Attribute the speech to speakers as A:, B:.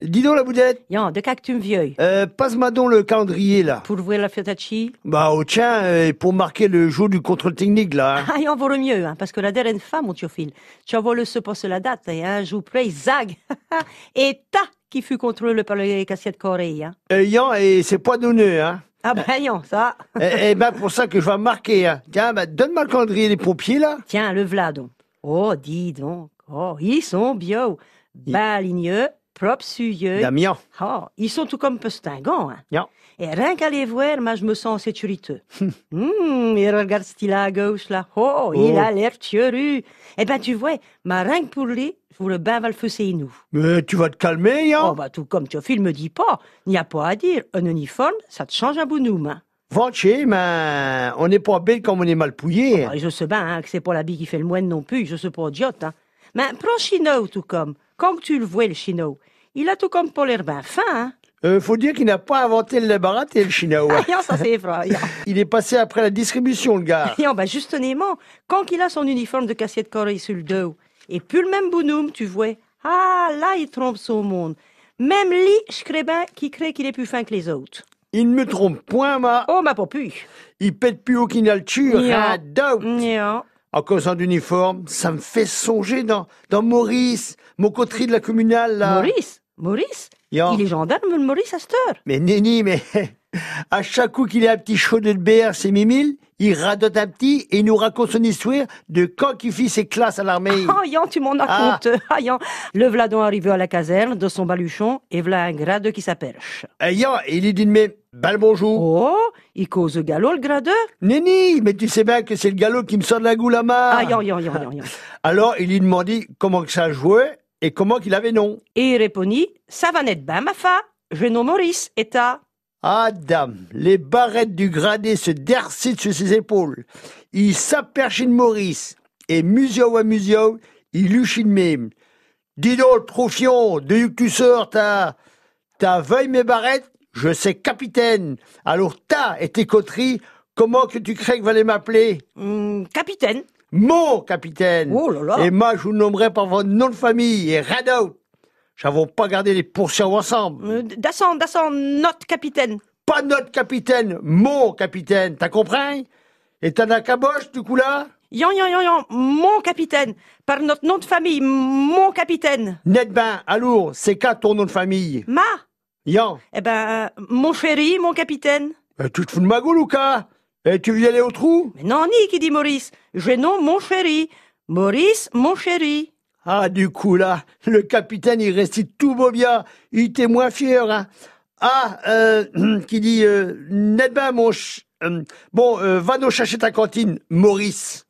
A: Dis donc la boudette,
B: Jan, de cactum vieux.
A: euh, passe-moi donc le calendrier là.
B: Pour ouvrir la fiotachi.
A: Bah oh tiens, euh, pour marquer le jour du contrôle technique là. hein.
B: Ah, Jan, vaut le mieux, hein, parce que la dernière fois, mon tiophile, tu as voulu se passer la date, et un jour près, zag, et ta qui fut contrôlé par les cassettes coréennes. hein.
A: Euh, Yan, et c'est pas donné hein.
B: Ah ben, Jan, ça.
A: Eh eh ben pour ça que je vais marquer hein. Tiens, bah, donne-moi le calendrier des pompiers là.
B: Tiens, le v'là donc. Oh, dis donc. Oh, ils sont bio. Baligneux, propre suyeux.
A: Damien,
B: Oh, ils sont tout comme pestingants. Hein.
A: Yan.
B: Et rien qu'à les voir, moi, je me sens en sécurité. Hum, et regarde ce qu'il a à gauche, là. Oh, il
A: Oh.
B: a l'air furieux. Eh ben, tu vois, ma rien que pour lui, je vous le bain va le fusiller nous.
A: Mais tu vas te calmer
B: Oh,
A: Yan.
B: bah, tout comme Théophile me dit pas, il n'y a pas à dire. Un uniforme, ça te change un bonhomme. Hein.
A: Va chez, mais on n'est pas belle comme on est mal pouillé.
B: Ah, je sais bien hein, que c'est pas l'habit qui fait le moine non plus, je suis pas idiote. Hein. Mais prends Chino, tout comme. Quand tu le vois, le Chino, il a tout comme pour l'air ben fin. Hein.
A: Euh, faut dire qu'il n'a pas inventé le barat et le chinois.
B: Ah, ça c'est effrayant.
A: Il est passé après la distribution le gars.
B: Et ben justement, quand il a son uniforme de cassiette corée sur le dos, et plus le même bonhomme, tu vois, ah là, il trompe son monde. Même lui, je crée bien qu'il crée qu'il est plus fin que les autres.
A: Il ne me trompe point, ma.
B: Oh, ma pas pu.
A: Il pète plus haut qu'une alture.
B: Yan.
A: Ah, dope.
B: Nya.
A: En causant d'uniforme, ça me fait songer dans, dans Maurice, mon coterie de la communale, là.
B: Maurice, Maurice,
A: Yan.
B: il est gendarme, le Maurice, à cette heure.
A: Mais Nenny, mais à chaque coup qu'il a un petit chaud de BR, c'est Mimile, il radote un petit et il nous raconte son histoire de quand il fit ses classes à l'armée.
B: Ah, Yan, tu m'en
A: Ah.
B: racontes. Ah, Yan. Le Vladon arrivé à la caserne de son baluchon et v'là un gradeux qui s'aperche.
A: Eh, Yan, il lui dit de même, ben le bonjour.
B: Ah. Oh, il cause au galop le gradeux.
A: Nenny, mais tu sais bien que c'est le galop qui me sort de la goule à
B: Ah,
A: marre.
B: Yan, Yan, Yan, Yan, Yan.
A: Alors, il lui demandit comment que ça jouait et comment qu'il avait nom.
B: Et il répondit, ça va net ben, ma fa. Je nomme Maurice et ta.
A: Ah, dame, les barrettes du gradé se dercident sur ses épaules. Il s'aperchit de Maurice. Et musio à musio, il luchit de même. Dis donc, troufion, de où que tu sors, t'as, t'as veuille mes barrettes? Je sais capitaine. Alors, ta et tes coteries, comment que tu crées que valait m'appeler?
B: Hum, capitaine.
A: Mon capitaine.
B: Oh là là.
A: Et moi, je vous nommerai par votre nom de famille et radeau. J'avons pas gardé les poursuites ensemble.
B: Euh, Dassan, Dassan, notre capitaine.
A: Pas notre capitaine, mon capitaine, t'as compris Et t'as la caboche, du coup là
B: Yan, Yan, Yan, Yan, mon capitaine. Par notre nom de famille, mon capitaine.
A: Net ben, alors, c'est qu'à ton nom de famille
B: Ma.
A: Yan,
B: Eh ben, euh, mon chéri, mon capitaine.
A: euh, tu te fous de ma gueule ou quoi Et tu veux aller au trou
B: Mais non, ni qui dit Maurice. Je nomme mon chéri. Maurice, mon chéri.
A: Ah, du coup là, le capitaine, il restit tout beau bien, il était moins fier, hein Ah, euh, qui dit, euh, net ben, mon ch... euh, bon, euh, va nous chercher ta cantine, Maurice.